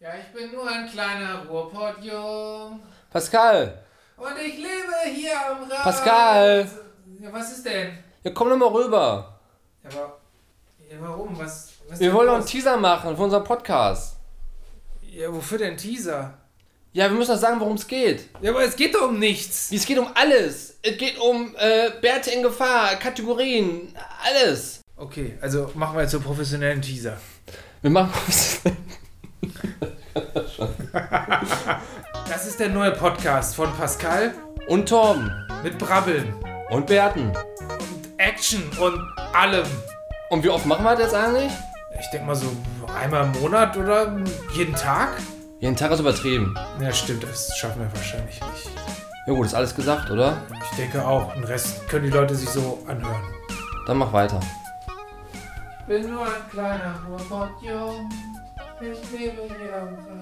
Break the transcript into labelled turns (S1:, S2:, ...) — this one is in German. S1: Ja, ich bin nur ein kleiner Ruhrpottjung.
S2: Pascal,
S1: Und ich lebe hier am Rand.
S2: Pascal!
S1: Ja, was ist denn?
S2: ja, komm doch mal rüber.
S1: Ja, wa- ja warum? Was, was ist
S2: Wir
S1: denn
S2: wollen noch einen
S1: los?
S2: Teaser machen für unseren Podcast.
S1: Ja, wofür denn Teaser?
S2: Ja, wir müssen doch sagen, worum es geht.
S1: Ja, aber es geht doch um nichts.
S2: Wie, Es geht um alles. Es geht um äh, Bärte in Gefahr, Kategorien, alles.
S1: Okay, also machen wir jetzt so professionellen Teaser.
S2: Wir machen.
S1: Das ist der neue Podcast von Pascal
S2: Und Torben.
S1: mit Brabbeln,
S2: Und Bärten.
S1: Action und allem.
S2: Und wie oft machen wir das jetzt eigentlich?
S1: Ich denke mal so einmal im Monat oder jeden Tag?
S2: Jeden Tag ist übertrieben.
S1: Ja, stimmt, das schaffen wir wahrscheinlich nicht.
S2: Ja gut, ist alles gesagt, oder?
S1: Ich denke auch, den Rest können die Leute sich so anhören.
S2: Dann mach weiter.
S1: bin nur ein kleiner Robotjung. Ich lebe hier am Rand.